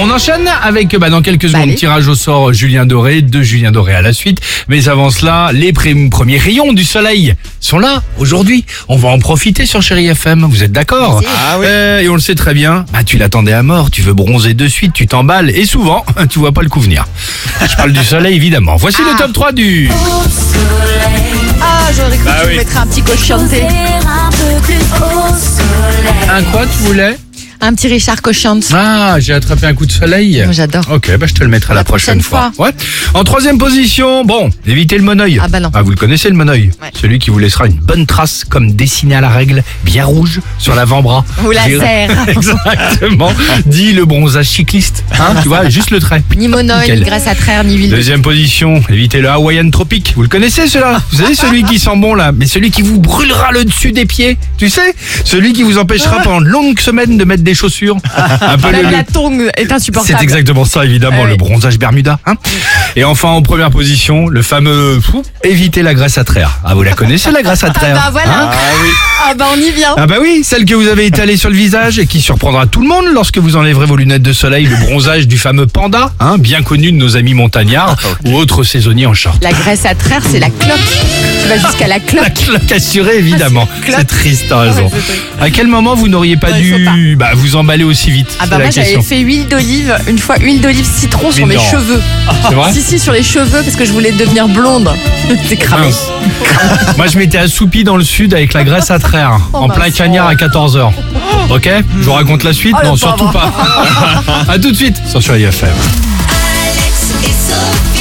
On enchaîne avec, bah, dans quelques secondes, allez. tirage au sort euh, Julien Doré, de Julien Doré à la suite. Mais avant cela, les pré- premiers rayons du soleil sont là aujourd'hui. On va en profiter sur Chéri FM, vous êtes d'accord Vas-y. Ah oui. Euh, et on le sait très bien, bah, tu l'attendais à mort, tu veux bronzer de suite, tu t'emballes et souvent, tu vois pas le coup venir. Je parle du soleil évidemment. Voici le Ah. top 3 du... Ah, j'aurais cru que tu Bah oui. me mettrais un petit coche chanté. un peu plus au soleil. Un quoi tu voulais Un petit Richard Cochante. Ah, j'ai attrapé un coup de soleil. Moi, j'adore. Ok, bah je te le mettrai la, La prochaine fois. Ouais. En troisième position, bon, évitez le monoeil. Ah, bah non. vous le connaissez le monoeil Ouais. Celui qui vous laissera une bonne trace, comme dessiné à la règle, bien rouge, sur l'avant-bras. Ou la J'ai- serre. Exactement. Dit le bronzage cycliste. Hein, tu vois, juste le trait. Ni monoï, Nickel. ni graisse à traire, ni huile. Deuxième position, évitez le Hawaiian tropique. Vous le connaissez celui-là Vous savez celui qui sent bon là, mais celui qui vous brûlera le dessus des pieds, tu sais Celui qui vous empêchera pendant de longues semaines de mettre des chaussures. Un peu le- Même la tongue est c'est insupportable. exactement ça, évidemment, Ah oui. le bronzage Bermuda. hein. Et enfin, en première position, le fameux fou, éviter la graisse à traire. Ah, vous la connaissez, la graisse à traire bah hein voilà. Ah bah on y vient. ah bah oui, celle que vous avez étalée sur le visage et qui surprendra tout le monde lorsque vous enlèverez vos lunettes de soleil, le bronzage du fameux panda, hein, bien connu de nos amis montagnards Ah, ou autres saisonniers en short. La graisse à traire, c'est la cloque. Tu vas jusqu'à la La cloque. cloque assurée, évidemment. cloque. C'est triste, t'as raison. Ouais, c'est vrai. À quel moment vous n'auriez pas Ouais, dû faut bah, vous emballer aussi vite Ah C'est bah la moi j'avais question. fait huile d'olive, une fois huile d'olive citron sur Mais mes non. Ah, cheveux. C'est vrai Si si sur les cheveux parce que je voulais devenir blonde. C'est cramé. Mince. Moi, je m'étais assoupi dans le sud avec la graisse à traire, Oh, en plein mince. cagnard à 14h. Ok Je vous raconte la suite Oh, le Non, surtout pauvre. pas. à tout de suite sur Chérie FM. Alex et Sophie.